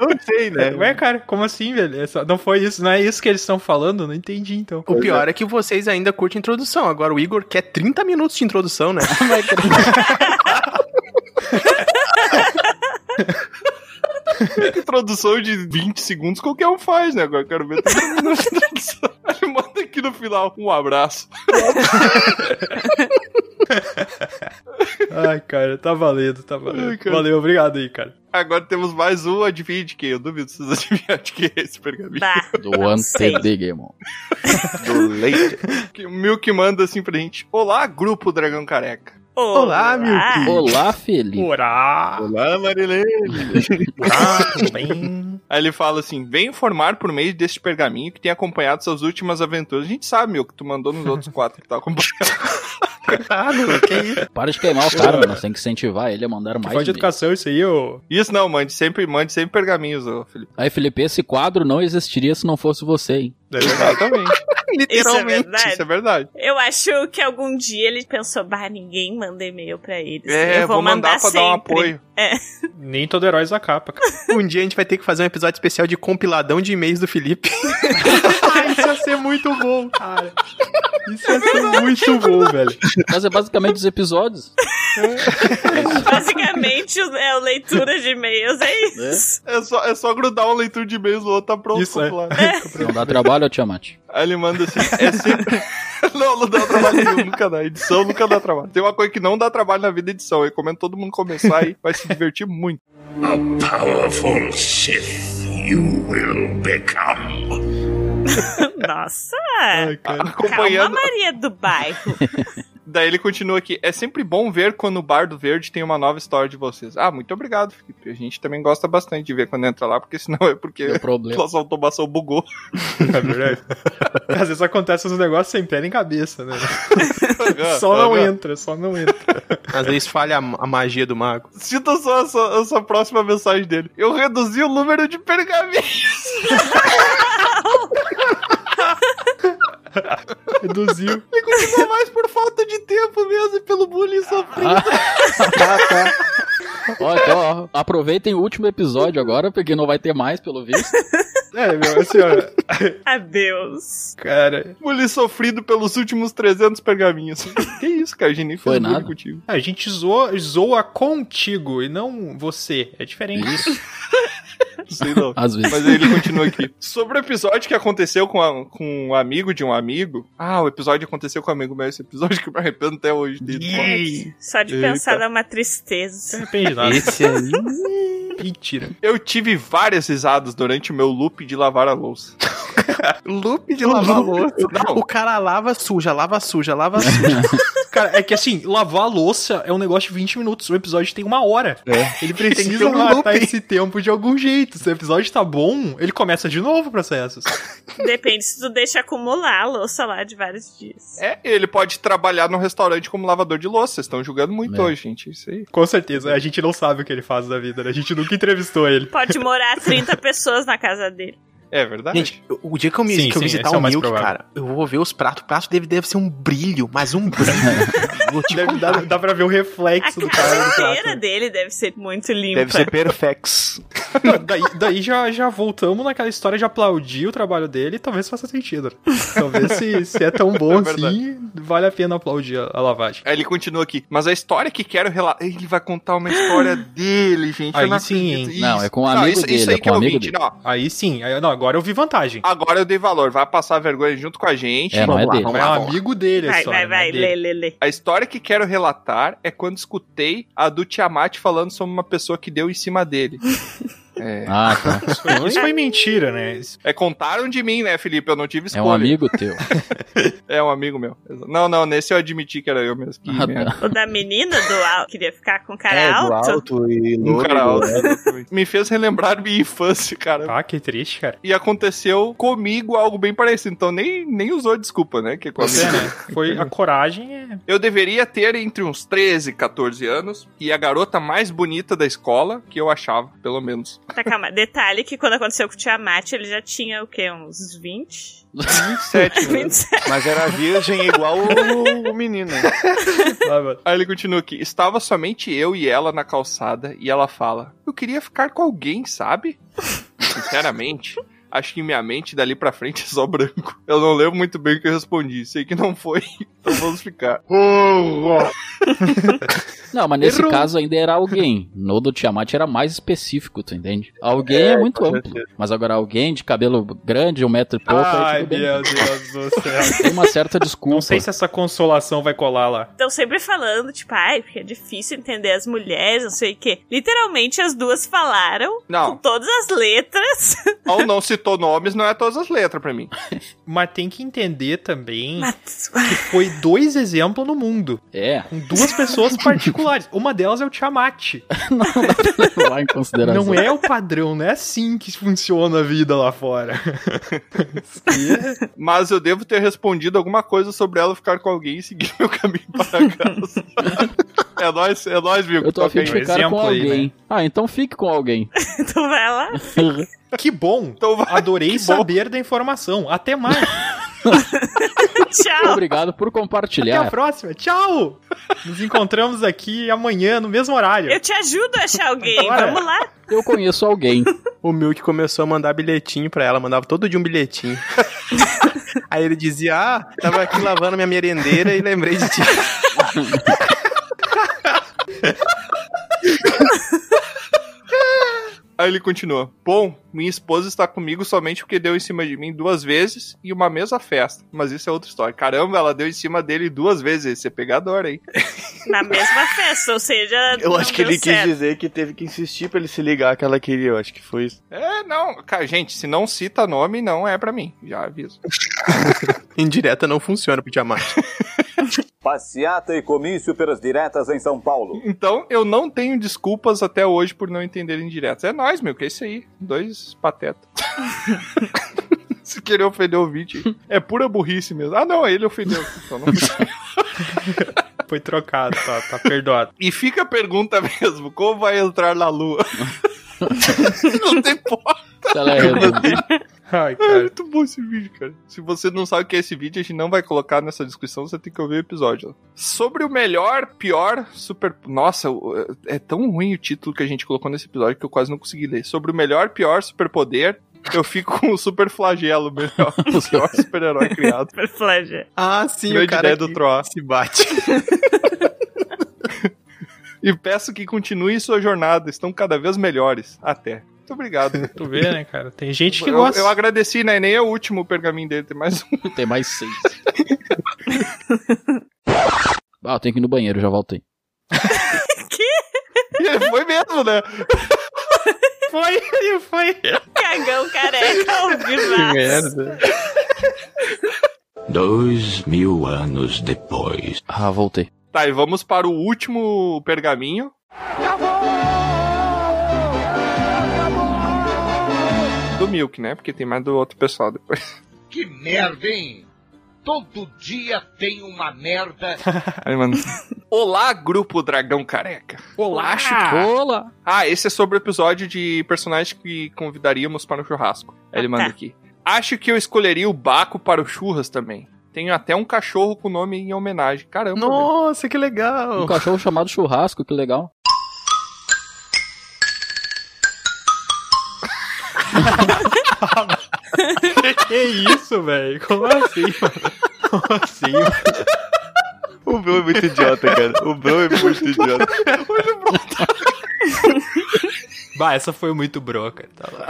Speaker 3: Eu não sei,
Speaker 1: É.
Speaker 3: né?
Speaker 4: É, Ué, cara, como assim, velho? É só- Não foi isso, não é isso que eles estão falando? Não entendi, então.
Speaker 2: O pior é que vocês ainda curtem introdução. Agora o Igor quer 30 minutos de introdução, né?
Speaker 1: Introdução de 20 segundos qualquer um faz, né? Agora eu quero ver todo mundo na introdução. Ele manda aqui no final um abraço.
Speaker 4: Ai, cara, tá valendo, tá valendo.
Speaker 1: Ai, cara.
Speaker 4: Valeu, obrigado aí, cara.
Speaker 1: Agora temos mais um, adivinha de quem? Eu duvido que vocês adivinharem de quem é esse pergaminho.
Speaker 5: Bah,
Speaker 6: Do
Speaker 5: Não
Speaker 6: One
Speaker 5: sei.
Speaker 6: TD Game On.
Speaker 3: Do leite.
Speaker 1: Que O Milk manda assim pra gente. Olá, grupo Dragão Careca.
Speaker 5: olá, meu
Speaker 6: Olá, Felipe.
Speaker 4: Porá!
Speaker 3: Olá, Marilene.
Speaker 1: Aí ele fala assim: vem informar por meio deste pergaminho que tem acompanhado suas últimas aventuras. A gente sabe, Milk, tu mandou nos outros quatro que tá acompanhando.
Speaker 6: Para de queimar o cara, mano. Nós temos que incentivar ele a mandar mais.
Speaker 4: Faz de
Speaker 6: e-mail.
Speaker 4: educação isso aí, ô.
Speaker 1: Isso não, mande sempre, mande sempre pergaminhos, ô Felipe.
Speaker 6: Aí, Felipe, esse quadro não existiria se não fosse você, hein?
Speaker 1: Exatamente.
Speaker 5: Literalmente.
Speaker 1: Isso é verdade.
Speaker 5: Eu acho que algum dia ele pensou, bah, ninguém manda e-mail pra eles.
Speaker 1: É,
Speaker 5: eu vou, mandar,
Speaker 1: pra dar um
Speaker 5: sempre.
Speaker 1: apoio.
Speaker 4: Nem todo herói da capa, cara.
Speaker 2: Um dia a gente vai ter que fazer um episódio especial de compiladão de e-mails do Felipe.
Speaker 4: Isso ia ser muito bom, cara. Isso ia ser muito bom, velho.
Speaker 6: Mas é basicamente os episódios.
Speaker 5: Basicamente, o- é o leitura de e-mails, é isso.
Speaker 1: É só, é só grudar um leitor de e-mails, o outro tá pronto.
Speaker 4: Isso é.
Speaker 1: lá.
Speaker 6: Não dá trabalho, ô Tiamat.
Speaker 1: Aí ele manda assim, é sempre... não, não dá trabalho nenhum, nunca dá. Edição nunca dá trabalho. Tem uma coisa que não dá trabalho na vida, edição. Eu recomendo todo mundo começar aí, vai se divertir muito.
Speaker 9: Powerful Sith you will become.
Speaker 3: É.
Speaker 5: Nossa! Calma,
Speaker 1: É, Acompanhando...
Speaker 5: Maria do Bairro.
Speaker 1: Daí ele continua aqui. É sempre bom ver quando o Bar do Verde tem uma nova história de vocês. Ah, muito obrigado, Felipe. A gente também gosta bastante de ver quando entra lá, porque senão é
Speaker 6: Deu
Speaker 1: porque...
Speaker 6: problema.
Speaker 1: Nossa automação bugou.
Speaker 4: É verdade. Às vezes acontece uns negócios sem pé nem cabeça, né?
Speaker 1: É,
Speaker 4: Só
Speaker 1: Ah,
Speaker 4: não entra, só não entra.
Speaker 2: Às vezes falha a a magia do mago.
Speaker 1: Cita só essa, essa próxima mensagem dele. Eu reduzi o número de pergaminhos.
Speaker 4: Reduziu.
Speaker 1: Ele continua mais por falta de tempo mesmo e pelo bullying sofrido.
Speaker 6: Ó, então, ó, aproveitem o último episódio agora, porque não vai ter mais, pelo visto.
Speaker 4: É, meu, assim, ó.
Speaker 5: Adeus.
Speaker 4: Cara.
Speaker 1: Bullying sofrido pelos últimos 300 pergaminhos. que isso, cara? A gente nem fez
Speaker 6: Foi
Speaker 1: bullying
Speaker 6: nada.
Speaker 1: contigo.
Speaker 4: A gente zoa, zoa contigo e não você. É diferente.
Speaker 1: Não sei não.
Speaker 6: Às vezes.
Speaker 1: Mas aí ele continua aqui. Sobre o episódio que aconteceu com, a- com um amigo de um amigo. Ah, o episódio aconteceu com um amigo meu. Esse episódio que eu me arrependo até hoje. dele.
Speaker 5: Só de
Speaker 1: Eita.
Speaker 5: pensar dá uma
Speaker 4: Não se
Speaker 5: tristeza.
Speaker 4: arrepende de nada.
Speaker 2: Esse aí.
Speaker 4: Mentira.
Speaker 1: Eu tive várias risadas durante o meu loop de lavar a louça.
Speaker 2: Loop de lavar louça.
Speaker 1: Não.
Speaker 2: O cara lava suja, lava suja, lava suja.
Speaker 4: Cara, é que assim, lavar a louça é um negócio de 20 minutos, o episódio tem uma hora. Ele
Speaker 2: Tem que
Speaker 4: precisa
Speaker 2: ter um
Speaker 4: matar
Speaker 2: looping.
Speaker 4: esse tempo de algum jeito. Se o episódio tá bom, ele começa de novo o processo.
Speaker 5: Depende se tu deixa acumular a louça lá de vários dias.
Speaker 1: É, ele pode trabalhar num restaurante como lavador de louça. Vocês estão julgando muito
Speaker 6: É.
Speaker 1: hoje, gente. Isso aí.
Speaker 4: Com certeza, a gente não sabe o que ele faz da vida, né? A gente nunca entrevistou ele.
Speaker 5: Pode morar 30 pessoas na casa dele.
Speaker 1: É verdade.
Speaker 2: Gente, o dia que eu, me,
Speaker 4: Sim,
Speaker 2: que eu
Speaker 4: sim,
Speaker 2: visitar
Speaker 4: esse é o
Speaker 2: o
Speaker 4: mais
Speaker 2: Milk,
Speaker 4: provável.
Speaker 2: cara, eu vou ver os pratos. O prato deve, deve ser um brilho, tipo, mas um brilho. Vou te
Speaker 4: Deve- dá, dá pra ver o
Speaker 5: A
Speaker 4: reflexo do cara no
Speaker 5: casa inteira
Speaker 4: prato.
Speaker 5: dele deve ser muito limpa.
Speaker 3: Deve ser perfex.
Speaker 4: Não, daí daí já, já voltamos naquela história de aplaudir o trabalho dele e talvez faça sentido. né? Talvez se, se é tão bom
Speaker 1: É verdade.
Speaker 4: assim, vale a pena aplaudir a, a lavagem.
Speaker 1: Aí É, ele continua aqui. Mas a história que quero relatar. Ele vai contar uma história dele, gente. eu
Speaker 4: Aí
Speaker 1: não
Speaker 4: sim,
Speaker 1: acredito.
Speaker 6: hein? Não, é com um amigo
Speaker 1: isso, isso
Speaker 6: dele,
Speaker 1: aí
Speaker 6: é
Speaker 1: que
Speaker 6: com um
Speaker 1: eu
Speaker 6: amigo
Speaker 1: ouvinte,
Speaker 6: dele.
Speaker 1: não.
Speaker 4: Aí sim, aí- não, agora eu vi vantagem.
Speaker 1: Agora eu dei valor. Vai passar vergonha junto com a gente.
Speaker 6: É, não
Speaker 2: Vamos
Speaker 6: é
Speaker 2: lá,
Speaker 6: dele.
Speaker 2: vamos
Speaker 4: É
Speaker 2: lá,
Speaker 4: um
Speaker 2: vamos lá.
Speaker 4: amigo dele, a
Speaker 5: Vai,
Speaker 4: história,
Speaker 5: vai,
Speaker 4: né?
Speaker 5: vai,
Speaker 4: Dele.
Speaker 5: lê, lê, lê.
Speaker 1: A história que quero relatar é quando escutei a do Tiamat falando sobre uma pessoa que deu em cima dele. é.
Speaker 6: Ah, tá.
Speaker 4: Isso foi, isso foi mentira, né? Isso-
Speaker 1: É, contaram de mim, né, Felipe? Eu não tive
Speaker 6: É
Speaker 1: escolha.
Speaker 6: um amigo teu.
Speaker 1: É um amigo meu. Não, não, nesse eu admiti que era eu mesmo. Que
Speaker 6: Ah,
Speaker 1: merda.
Speaker 6: tá.
Speaker 5: O da menina do alto, queria ficar com o cara
Speaker 3: é, do
Speaker 5: alto.
Speaker 3: alto e
Speaker 1: Um
Speaker 3: louro.
Speaker 1: cara alto. Me fez relembrar minha infância, cara.
Speaker 4: Ah, que triste, cara.
Speaker 1: E aconteceu comigo algo bem parecido. Então nem, nem usou desculpa, né? Que
Speaker 4: Pois é,
Speaker 1: aconteceu.
Speaker 4: né? Foi a coragem. é-
Speaker 1: Eu deveria ter entre uns 13 e 14 anos. E a garota mais bonita da escola, que eu achava, pelo menos.
Speaker 5: Tá, calma. Detalhe que quando aconteceu com o Tiamat, ele já tinha o quê? Uns 20?
Speaker 3: É.
Speaker 1: 27 anos.
Speaker 5: 27.
Speaker 3: Mas era virgem igual o, o menino.
Speaker 4: Ah, mano.
Speaker 1: Aí ele continua aqui. Estava somente eu e ela na calçada e ela fala: Eu queria ficar com alguém, sabe? Sinceramente, acho que minha mente dali pra frente é só branco. Eu não lembro muito bem o que eu respondi. Sei que não foi. então vamos explicar.
Speaker 6: Não, mas nesse caso ainda era alguém. No do Tiamat era mais específico, tu entende? Alguém é, muito amplo. Mas agora alguém de cabelo grande, um metro e pouco, aí
Speaker 4: Ai,
Speaker 6: tudo bem.
Speaker 4: meu Deus do céu.
Speaker 6: tem uma certa desculpa.
Speaker 4: Não sei se essa consolação vai colar lá.
Speaker 5: Estão Então, sempre falando, tipo, ai, porque é difícil entender as mulheres, não sei o quê. Literalmente as duas falaram com
Speaker 1: Não,
Speaker 5: todas as letras.
Speaker 1: ao não citou nomes, não é todas as letras pra mim.
Speaker 4: Mas tem que entender também
Speaker 5: Mas,
Speaker 4: que foi dois exemplos no mundo,
Speaker 6: É,
Speaker 4: com duas pessoas particulares. Uma delas é o Tiamat.
Speaker 6: levar em consideração.
Speaker 4: Não é o padrão, não é assim que funciona a vida lá fora.
Speaker 1: Mas eu devo ter respondido alguma coisa sobre ela ficar com alguém e seguir meu caminho para casa. é nóis, é nóis, Vico.
Speaker 6: Eu tô afim de
Speaker 1: Tá bem.
Speaker 6: ficar com
Speaker 4: exemplo aí,
Speaker 6: alguém. Ah, então fique com alguém.
Speaker 5: então vai lá.
Speaker 4: Que bom!
Speaker 1: Então vai.
Speaker 4: Adorei
Speaker 1: bom.
Speaker 4: saber da informação. Até mais.
Speaker 5: Tchau.
Speaker 6: Obrigado por
Speaker 4: Até a
Speaker 6: compartilhar.
Speaker 4: próxima. Tchau! Nos encontramos aqui amanhã, no mesmo horário.
Speaker 5: Eu te ajudo a achar alguém.
Speaker 4: Bora.
Speaker 5: Vamos lá.
Speaker 6: Eu conheço alguém.
Speaker 2: O Milk começou a mandar bilhetinho pra ela, mandava todo dia um bilhetinho. Aí ele dizia: Ah, tava aqui lavando minha merendeira e lembrei de ti.
Speaker 1: Aí ele continua. Bom, minha esposa está comigo somente porque deu em cima de mim duas vezes e uma mesma festa. Mas isso é outra história. Caramba, ela deu em cima dele duas vezes. Isso é pegador, hein?
Speaker 5: Na mesma festa, ou seja,
Speaker 3: Eu
Speaker 5: não
Speaker 3: acho que
Speaker 5: deu
Speaker 3: ele
Speaker 5: certo.
Speaker 3: quis dizer que teve que insistir pra ele se ligar que ela queria. Eu acho que foi isso.
Speaker 1: É, não. Cara, gente, se não cita nome, não é pra mim. Já aviso.
Speaker 2: Indireta não funciona pro Tiamat.
Speaker 10: Passeata e comício pelas diretas em São Paulo.
Speaker 1: Então, eu não tenho desculpas até hoje por não entender indiretas. É nóis, meu, que é isso aí. Dois patetas. Se querer ofender o ouvinte, é pura burrice mesmo. Ah, não, ele ofendeu. Então não
Speaker 4: Foi trocado, tá, tá perdoado.
Speaker 1: E fica a pergunta mesmo: como vai entrar na lua? não tem porra.
Speaker 6: Se ela é redondinha.
Speaker 4: Ai,
Speaker 1: É
Speaker 4: cara.
Speaker 1: muito bom esse vídeo, cara. Se você não sabe o que é esse vídeo, a gente não vai colocar nessa discussão, você tem que ouvir o episódio. Sobre o melhor, pior, super. Nossa, o- é tão ruim o título que a gente colocou nesse episódio que eu quase não consegui ler. Sobre o melhor, pior, superpoder. Eu fico com o super flagelo, melhor, o pior super-herói criado.
Speaker 5: Super Flávia.
Speaker 2: Ah, sim,
Speaker 1: Grande
Speaker 2: o cara
Speaker 1: ideia
Speaker 2: que
Speaker 1: do Troá.
Speaker 2: se bate.
Speaker 1: E peço que continue sua jornada, estão cada vez melhores. Até. Muito obrigado.
Speaker 4: Tu vê, né, cara? Tem gente que
Speaker 1: eu,
Speaker 4: gosta.
Speaker 1: eu agradeci, né? Nem é o último pergaminho dele, tem mais um.
Speaker 6: Tem mais seis. Ah, eu tenho que ir no banheiro, já voltei.
Speaker 1: E ele foi mesmo, né?
Speaker 4: Foi, ele foi.
Speaker 5: Cagão careca ao vivo.
Speaker 2: merda.
Speaker 9: Dois mil anos depois.
Speaker 6: Ah, voltei.
Speaker 1: Tá, e vamos para o último pergaminho. Do Milk, né? Porque tem mais do outro pessoal depois.
Speaker 9: Que merda, hein? Todo dia tem uma merda.
Speaker 1: Aí, mano. Olá, grupo Dragão Careca. Olá,
Speaker 6: Olá!
Speaker 1: Ah, esse é sobre o episódio de personagens que convidaríamos para o churrasco. Aí Ele
Speaker 5: Ah,
Speaker 1: manda
Speaker 5: tá.
Speaker 1: aqui. Acho que eu escolheria o Baco para o churras também. Tenho até um cachorro com o nome em homenagem. Caramba. velho.
Speaker 2: Nossa, que
Speaker 6: Um
Speaker 2: legal.
Speaker 6: cachorro chamado Churrasco, que legal.
Speaker 4: Que isso, velho? Como assim, mano? Como assim? mano?
Speaker 3: O Bruno é muito idiota, cara. O Bruno é muito idiota.
Speaker 4: Bah, essa foi muito broca. Tá lá.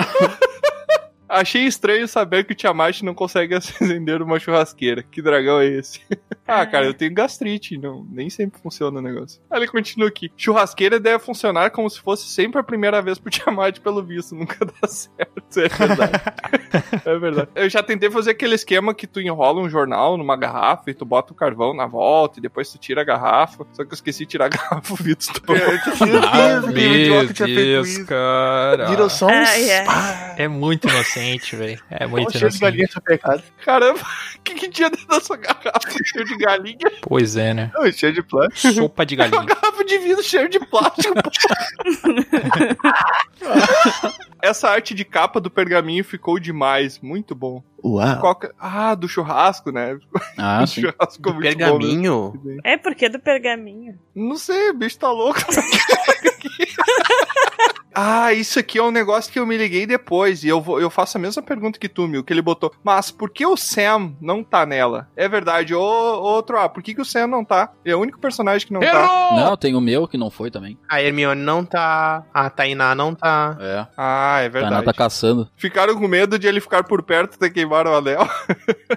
Speaker 1: Achei estranho saber que o Tiamat não consegue acender uma churrasqueira. Que dragão é esse? ah, cara, eu tenho gastrite. Não, nem sempre funciona o negócio. Aí ele continua aqui. Churrasqueira deve funcionar como se fosse sempre a primeira vez pro Tiamat, pelo visto. Nunca dá certo. É verdade. É verdade. Eu já tentei fazer aquele esquema que tu enrola um jornal numa garrafa e tu bota o carvão na volta e depois tu tira a garrafa. Só que eu esqueci de tirar a garrafa, o Vitor. estourou.
Speaker 3: É, Meu Deus, que idiota tinha feito
Speaker 4: Ah, Deus,
Speaker 3: isso.
Speaker 4: cara.
Speaker 3: Virou só um...
Speaker 5: Ai, ai.
Speaker 4: É muito inocente, velho. É muito
Speaker 3: Olha o cheiro de
Speaker 4: inocente.
Speaker 3: galinha sapecada.
Speaker 1: Caramba, o que, que tinha dentro dessa garrafa? Cheio de galinha.
Speaker 4: Pois é, né?
Speaker 3: Não, cheiro de plástico.
Speaker 4: Sopa de
Speaker 1: É uma
Speaker 4: galinha.
Speaker 1: garrafa de vidro cheio de plástico. pô. Essa arte de capa do pergaminho ficou demais, muito bom.
Speaker 3: Uau.
Speaker 1: Qual que- Ah, do churrasco, né?
Speaker 6: Ah,
Speaker 1: do
Speaker 6: sim.
Speaker 1: churrasco ficou muito bom mesmo.
Speaker 2: Pergaminho.
Speaker 5: É porque é do pergaminho.
Speaker 1: Não sei, o bicho tá louco. Ah, isso aqui é um negócio que eu me liguei depois. E eu, vou, eu faço a mesma pergunta que tu, Mil, que ele botou. Mas por que o Sam não tá nela? É verdade. Ô, outro, ah, por que, que o Sam não tá? Ele é o único personagem que não tá.
Speaker 6: Não, tem o meu que não foi também.
Speaker 2: A Hermione não tá. A Tainá não tá.
Speaker 6: É.
Speaker 1: Ah, é
Speaker 6: O
Speaker 1: verdade.
Speaker 6: Tainá tá caçando.
Speaker 1: Ficaram com medo de ele ficar por perto até queimar o anel.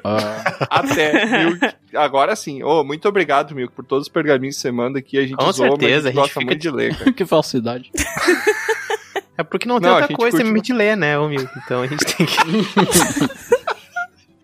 Speaker 6: Ah,
Speaker 1: Até, Milk. Agora sim. Ô, muito obrigado, Milk, por todos os pergaminhos que você manda aqui. A gente
Speaker 2: Com
Speaker 1: zoa, mas a
Speaker 2: certeza,
Speaker 1: gente
Speaker 2: a gente
Speaker 1: gosta
Speaker 2: fica
Speaker 1: muito de
Speaker 2: de-
Speaker 1: ler, cara.
Speaker 6: que falsidade.
Speaker 2: É porque não tem
Speaker 1: Não, a
Speaker 2: outra
Speaker 1: gente
Speaker 2: coisa
Speaker 1: curte
Speaker 2: me de ler, né, ô Milk? Então a gente tem que.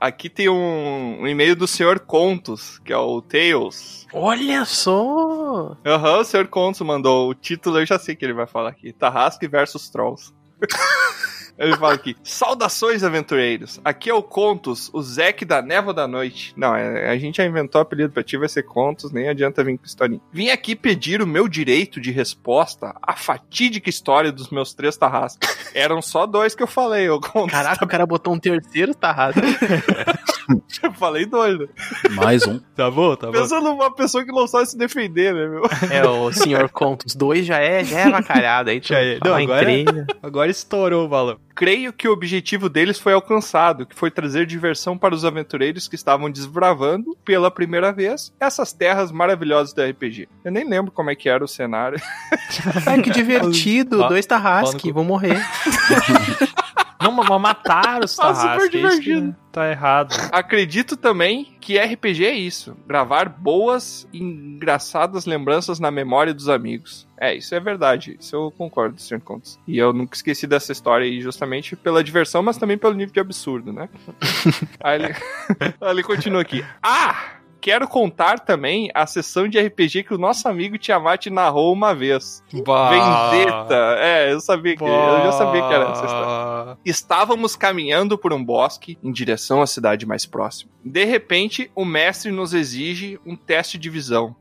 Speaker 1: Aqui tem um, um e-mail do Senhor Contos, que é o Tails.
Speaker 2: Olha só!
Speaker 1: Aham, o Senhor Contos mandou. O título eu já sei que ele vai falar aqui. Tarrasque versus Trolls. Ele fala aqui, saudações aventureiros, aqui é o Contos, o Zeke da Névoa da Noite. Não, é- a gente já inventou o apelido pra ti, vai ser Contos, nem adianta vir com historinha. Vim aqui pedir o meu direito de resposta à fatídica história dos meus três tarrasques. Eram só dois que eu falei, ô Contos.
Speaker 2: Caraca, o cara botou um terceiro tarrado.
Speaker 1: Eu falei dois, né?
Speaker 6: Mais um.
Speaker 4: Tá bom, tá bom.
Speaker 1: Pensando numa pessoa que não sabe se defender, né, meu?
Speaker 2: É, o senhor Contos. Dois já é, já é vacalhada aí. tu
Speaker 4: Já é. Não,
Speaker 2: fala "Ah, em
Speaker 4: agora-
Speaker 2: três.
Speaker 4: Agora estourou o balão.
Speaker 1: Creio que o objetivo deles foi alcançado, que foi trazer diversão para os aventureiros que estavam desbravando pela primeira vez essas terras maravilhosas do RPG. Eu nem lembro como é que era o cenário.
Speaker 2: Ai, É, que divertido.
Speaker 4: Fala-
Speaker 2: Dois tarrasque,
Speaker 4: fala-
Speaker 2: vou morrer.
Speaker 4: Não, mas mas mataram os
Speaker 1: Ah, super
Speaker 4: tarrasques. é isso que
Speaker 1: divertido.
Speaker 4: Tá errado.
Speaker 1: Acredito também que RPG é isso, gravar boas e engraçadas lembranças na memória dos amigos. É, isso é verdade, isso eu concordo, Sr. Contos. E eu nunca esqueci dessa história aí, justamente pela diversão, mas também pelo nível de absurdo, né? Aí ele, Aí ele continua aqui. Ah! Quero contar também a sessão de RPG que o nosso amigo Tiamat narrou uma vez.
Speaker 2: Ah.
Speaker 1: Vendetta! É, eu sabia que. Eu já sabia que era essa história.
Speaker 4: história.
Speaker 1: Estávamos caminhando por um bosque em direção à cidade mais próxima. De repente, o mestre nos exige um teste de visão.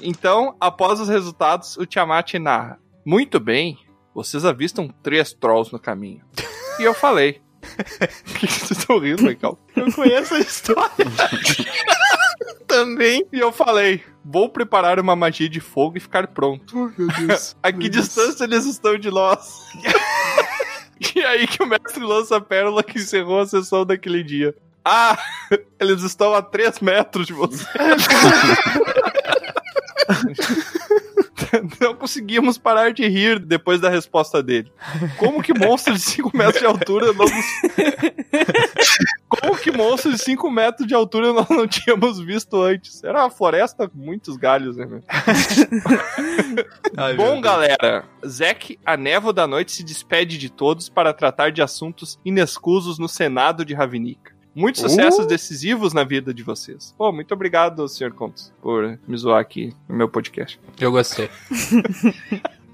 Speaker 1: Então, após os resultados, o Tiamat narra: Muito bem, vocês avistam três trolls no caminho. E eu falei: Por que vocês estão rindo, Michael? Eu conheço a história.
Speaker 2: Também.
Speaker 1: E eu falei: Vou preparar uma magia de fogo e ficar pronto. A que distância eles estão de nós? e aí que o mestre lança a pérola que encerrou a sessão daquele dia. Ah, eles estão a 3 metros de você. Não conseguimos parar de rir depois da resposta dele. Como que monstro de 5 metros de altura nós nos... Como que monstro de 5 metros de altura nós não tínhamos visto antes? Era uma floresta com muitos galhos, né, meu? Bom, galera, Zack, a névoa da noite se despede de todos para tratar de assuntos inexcusos no Senado de Ravenica. Muitos sucessos decisivos na vida de vocês. Pô, muito obrigado, Sr. Contos, por me zoar aqui no meu podcast.
Speaker 2: Eu gostei.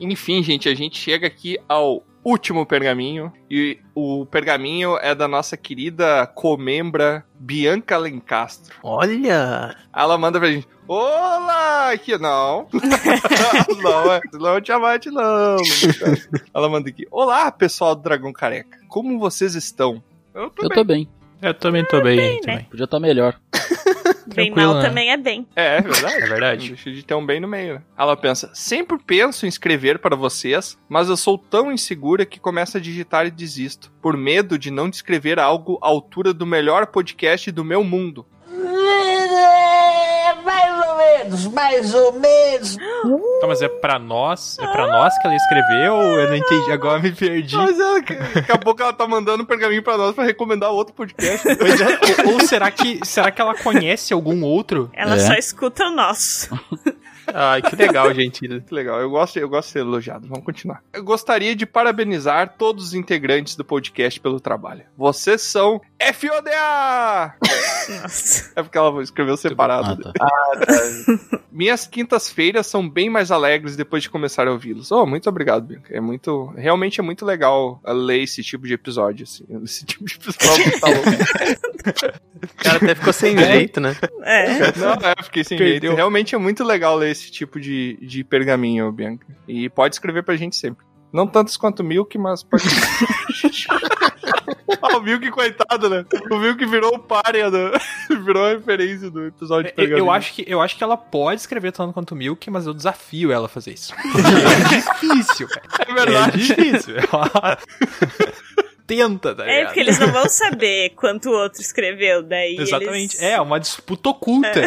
Speaker 1: Enfim, gente, a gente chega aqui ao último pergaminho. E o pergaminho é da nossa querida comembra Bianca Lencastro.
Speaker 2: Olha!
Speaker 1: Ela manda pra gente. Olá! Aqui, não. não, é, não é o Tiamat, não. Ela manda aqui. Olá, pessoal do Dragão Careca. Como vocês estão? Eu tô
Speaker 6: Eu
Speaker 1: bem.
Speaker 6: tô bem.
Speaker 4: Eu também tô bem.
Speaker 5: também.
Speaker 6: Podia estar melhor.
Speaker 5: Bem
Speaker 4: Tranquilo,
Speaker 5: mal
Speaker 4: né?
Speaker 5: também é bem.
Speaker 1: É, é verdade.
Speaker 4: É verdade.
Speaker 1: Deixa de ter um bem no meio, né? Ela pensa, sempre penso em escrever para vocês, mas eu sou tão insegura que começo a digitar e desisto, por medo de não descrever algo à altura do melhor podcast do meu mundo.
Speaker 7: Mais ou menos, mais ou menos.
Speaker 4: Tá, mas é pra nós? É pra nós que ela escreveu? Eu não entendi. Agora me perdi.
Speaker 1: Mas ela, daqui a pouco ela tá mandando um pergaminho pra nós pra recomendar outro podcast.
Speaker 4: Pois é, ou, ou será que será que ela conhece algum outro?
Speaker 5: Ela
Speaker 6: É.
Speaker 5: só escuta o nosso.
Speaker 2: Ai, que legal, gente.
Speaker 1: Muito legal, eu gosto, eu gosto de ser elogiado. Vamos continuar. Eu gostaria de parabenizar todos os integrantes do podcast pelo trabalho. Vocês são FODA!
Speaker 5: Nossa.
Speaker 1: É porque ela escreveu separado.
Speaker 6: Ah, tá.
Speaker 1: Minhas quintas-feiras são bem mais alegres depois de começar a ouvi-los. Oh, muito obrigado, Bianca. É muito. Realmente é muito legal eh, ler esse tipo de episódio, assim. Esse tipo de episódio tá louco.
Speaker 2: O cara até ficou sem jeito, né?
Speaker 3: Ah.
Speaker 5: É.
Speaker 1: Não, é, fiquei sem
Speaker 4: Perdeu.
Speaker 1: jeito. Realmente é muito legal ler esse tipo de, de pergaminho, Bianca. E pode escrever pra gente sempre. Não tantos quanto Milk, mas pode. ah, o Milk, coitado, né? O Milk virou o párea, né? Virou a referência do episódio de
Speaker 4: É, Eu,
Speaker 1: pergaminho.
Speaker 4: acho que, eu acho que ela pode escrever tanto quanto Milk, mas eu desafio ela a fazer isso. é difícil, cara.
Speaker 1: É verdade.
Speaker 4: É difícil. Ela Tenta, tá ligado?
Speaker 5: É, porque eles não vão saber quanto o outro escreveu, daí
Speaker 4: Exatamente.
Speaker 5: eles-
Speaker 4: É, uma disputa oculta.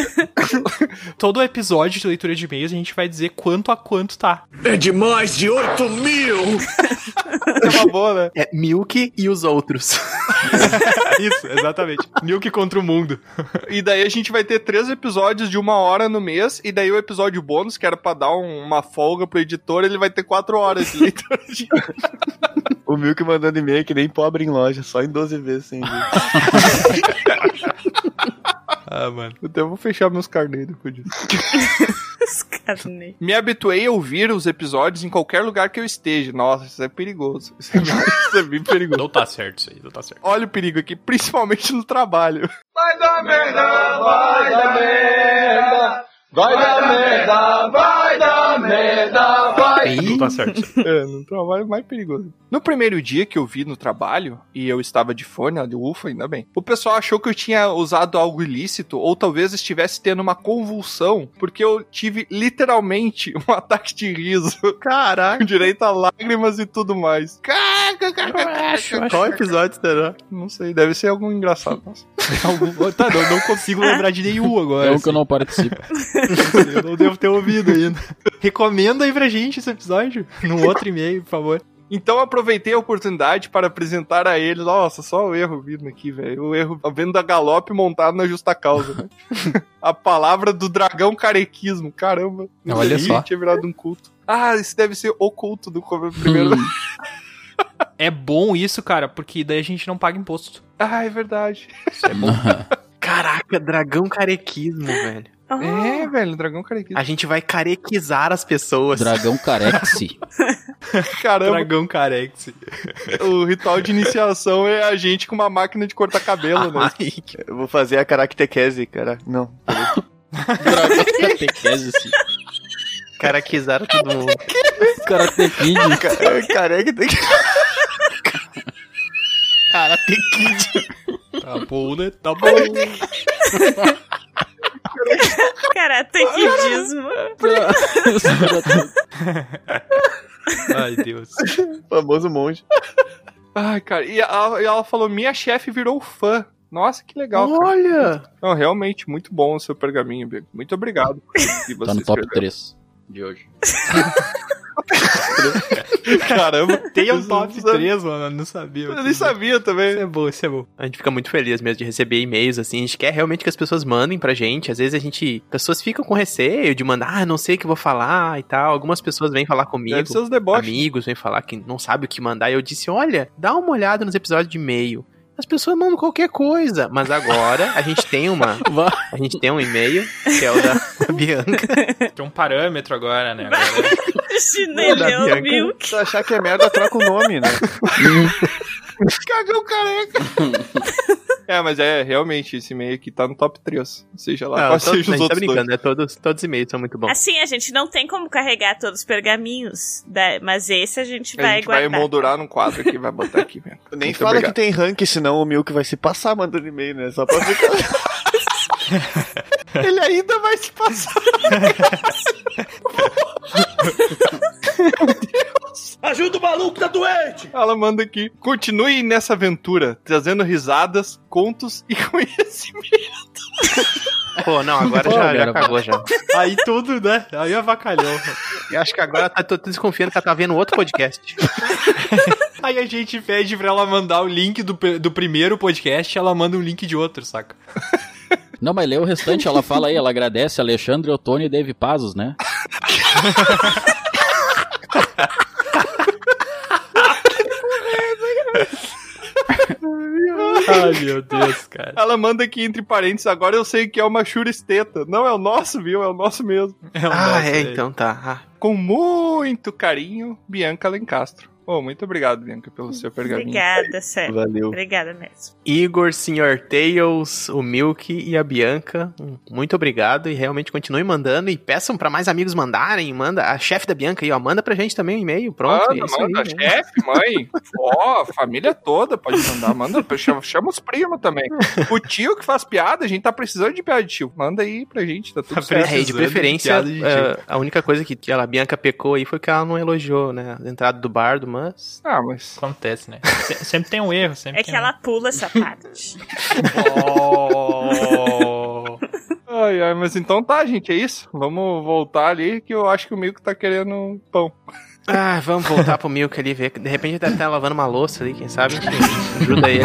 Speaker 4: Todo episódio de leitura de e-mails a gente vai dizer quanto a quanto tá.
Speaker 11: É de mais de 8 mil!
Speaker 1: É uma boa, né?
Speaker 2: É Milk e os outros.
Speaker 4: É Isso, exatamente. Milk contra o mundo.
Speaker 1: E daí a gente vai ter três episódios de uma hora no mês, e daí o episódio bônus, que era pra dar um- uma folga pro editor, ele vai ter quatro horas né? de leitura.
Speaker 3: O Milk mandando e-mail que nem pobre em loja, só em 12 vezes sem jeito.
Speaker 4: ah, mano.
Speaker 1: Então eu vou fechar meus carneiros depois disso.
Speaker 5: Os caras nem-
Speaker 1: Me habituei a ouvir os episódios em qualquer lugar que eu esteja. Nossa, isso é perigoso. Isso é, isso é bem perigoso.
Speaker 4: Não tá certo isso aí, não tá certo.
Speaker 1: Olha o perigo aqui, principalmente no trabalho.
Speaker 9: Vai dar merda, vai dar merda. Vai dar merda, vai dar merda, vai.
Speaker 4: Não tá certo.
Speaker 1: É, no trabalho é mais perigoso. No primeiro dia que eu vi no trabalho, e eu estava de fone, olha, ufa, ainda bem, o pessoal achou que eu tinha usado algo ilícito, ou talvez estivesse tendo uma convulsão, porque eu tive literalmente um ataque de riso.
Speaker 2: Caraca.
Speaker 1: com Direito a lágrimas e tudo mais.
Speaker 2: Qual episódio será?
Speaker 1: Não sei, deve ser algum engraçado. Nossa.
Speaker 4: Algum- Tá, não, não consigo lembrar de nenhum agora.
Speaker 6: É um
Speaker 4: assim.
Speaker 6: que eu não participo.
Speaker 4: Eu não devo ter ouvido ainda. Recomenda aí pra gente esse episódio. Num outro e-mail, por favor.
Speaker 1: Então aproveitei a oportunidade para apresentar a eles. Nossa, só o erro vindo aqui, velho. O erro vendo a galope montado na justa causa. né? a palavra do dragão carequismo. Caramba.
Speaker 6: Olha
Speaker 1: Ih,
Speaker 6: só.
Speaker 1: Tinha virado um culto. Ah, esse deve ser o culto do come-
Speaker 6: Hum.
Speaker 1: primeiro.
Speaker 4: É bom isso, cara, porque daí a gente não paga imposto.
Speaker 1: ah, é verdade.
Speaker 2: Caraca, dragão carequismo, velho.
Speaker 5: Ah,
Speaker 1: É, velho, dragão carequismo.
Speaker 2: A gente vai carequizar as pessoas.
Speaker 6: Dragão Carexi.
Speaker 1: Caramba,
Speaker 4: É um Dragão assim. Carex.
Speaker 1: o ritual de iniciação é a gente com uma máquina de cortar cabelo, né?
Speaker 2: Ai, que-
Speaker 3: Eu vou fazer a caractequese, cara. Não.
Speaker 6: Dragão Catequese.
Speaker 2: Carequizar todo mundo.
Speaker 6: Karate Kid.
Speaker 3: Ca- Caractequese.
Speaker 2: Karate Kid.
Speaker 4: Tá bom, né? Tá bom.
Speaker 5: Karatequidismo.
Speaker 6: Tá
Speaker 4: Ai, Deus.
Speaker 3: Famoso monge.
Speaker 1: Ai, cara, e ela, e ela falou: minha chefe virou fã. Nossa, que legal, cara.
Speaker 2: Olha!
Speaker 1: Não, realmente, muito bom o seu pergaminho, Bego. Muito obrigado por que você
Speaker 6: Tá no top
Speaker 1: escreveu.
Speaker 6: 3 de hoje.
Speaker 1: Caramba,
Speaker 4: Tem um
Speaker 1: Isso
Speaker 4: top
Speaker 1: eu não
Speaker 4: 3, mano. Eu não sabia.
Speaker 1: Eu nem sabia
Speaker 4: Isso
Speaker 1: também.
Speaker 4: é bom, isso é bom.
Speaker 2: A gente fica muito feliz mesmo de receber e-mails, assim. A gente quer realmente que as pessoas mandem pra gente. Às vezes a gente. Pessoas ficam com receio de mandar, ah, não sei o que eu vou falar e tal. Algumas pessoas vêm falar comigo.
Speaker 1: Deve ser os deboches.
Speaker 2: amigos vêm falar que não sabe o que mandar. E eu disse: olha, dá uma olhada nos episódios de e-mail. As pessoas mandam qualquer coisa. Mas agora a gente tem uma. A gente tem um e-mail, que é o da, da Bianca.
Speaker 4: Tem um parâmetro agora, né?
Speaker 5: Chinelhão,
Speaker 2: Bianca.
Speaker 5: viu?
Speaker 3: Se achar que é merda, troca o nome, né?
Speaker 1: Cagão careca. é, mas é, realmente, esse e-mail aqui tá no top 3. Seja lá
Speaker 2: Não,
Speaker 1: quais
Speaker 2: todos-
Speaker 1: sejam
Speaker 2: a
Speaker 1: os
Speaker 2: gente tá
Speaker 1: outros dois.
Speaker 2: brincando, né? Todos, todos os e-mails são muito bons.
Speaker 5: Assim, a gente não tem como carregar todos os pergaminhos, da- mas esse a gente
Speaker 1: A
Speaker 5: vai
Speaker 1: gente vai
Speaker 5: guardar.
Speaker 1: emoldurar num quadro aqui, vai botar aqui mesmo.
Speaker 3: Nem
Speaker 1: Muito
Speaker 3: fala
Speaker 1: obrigado.
Speaker 3: que tem rank, senão o Milk vai se passar mandando e-mail, né? Só pra ficar.
Speaker 1: Ele ainda vai se passar.
Speaker 11: Ajuda o maluco, tá doente!
Speaker 1: Ela manda aqui. Continue nessa aventura, trazendo risadas, contos e conhecimento.
Speaker 2: Pô, não, agora
Speaker 6: Pô,
Speaker 2: já,
Speaker 6: cara,
Speaker 2: já cagou já.
Speaker 4: Aí tudo, né? Aí avacalhou.
Speaker 2: Eu acho que agora tá, tô, tô desconfiando que ela tá vendo outro podcast.
Speaker 4: Aí a gente pede pra ela mandar o link do, pe- do primeiro podcast e ela manda um link de outro, saca?
Speaker 6: Não, mas lê o restante, ela fala aí, ela agradece Alexandre, Otônio e Dave Pazos, né?
Speaker 4: Ai, meu Deus, cara.
Speaker 1: Ela manda aqui entre parênteses. Agora eu sei que é uma churisteta. Não é o nosso, viu? É o nosso mesmo.
Speaker 4: É um
Speaker 2: ah,
Speaker 4: nosso,
Speaker 2: é,
Speaker 4: né?
Speaker 2: então tá. Ah,
Speaker 1: Com muito carinho, Bianca Lencastro. Ô, Oh, muito obrigado, Bianca, pelo seu pergaminho.
Speaker 5: Obrigada, sério.
Speaker 1: Valeu.
Speaker 5: Obrigada mesmo.
Speaker 2: Igor, Sr. Tails, o Milk e a Bianca, um muito obrigado e realmente continuem mandando e peçam pra mais amigos mandarem, manda a chefe da Bianca aí, ó, manda pra gente também um e-mail, pronto.
Speaker 1: manda,
Speaker 2: é isso
Speaker 1: manda,
Speaker 2: aí, né?
Speaker 1: chefe, mãe, ó, família toda pode mandar, manda, chama, chama os primos também. O tio que faz piada, a gente tá precisando de piada de tio, manda aí pra gente, tá tudo certo.
Speaker 2: É, e de preferência, eh, a única coisa que ela, a Bianca pecou aí foi que ela não elogiou, né? A entrada do bardo, mas.
Speaker 1: Ah, mas.
Speaker 2: Acontece, né?
Speaker 4: Se- sempre tem um erro, sempre
Speaker 5: É que ela pula essa parte.
Speaker 4: Oh.
Speaker 1: Ai, ai, mas então tá, gente, é isso. Vamos voltar ali, que eu acho que o Mico tá querendo um pão.
Speaker 2: Ah, vamos voltar pro Milk ali ver. que De repente ele deve estar lavando uma louça ali, quem sabe? Enfim, ajuda ele.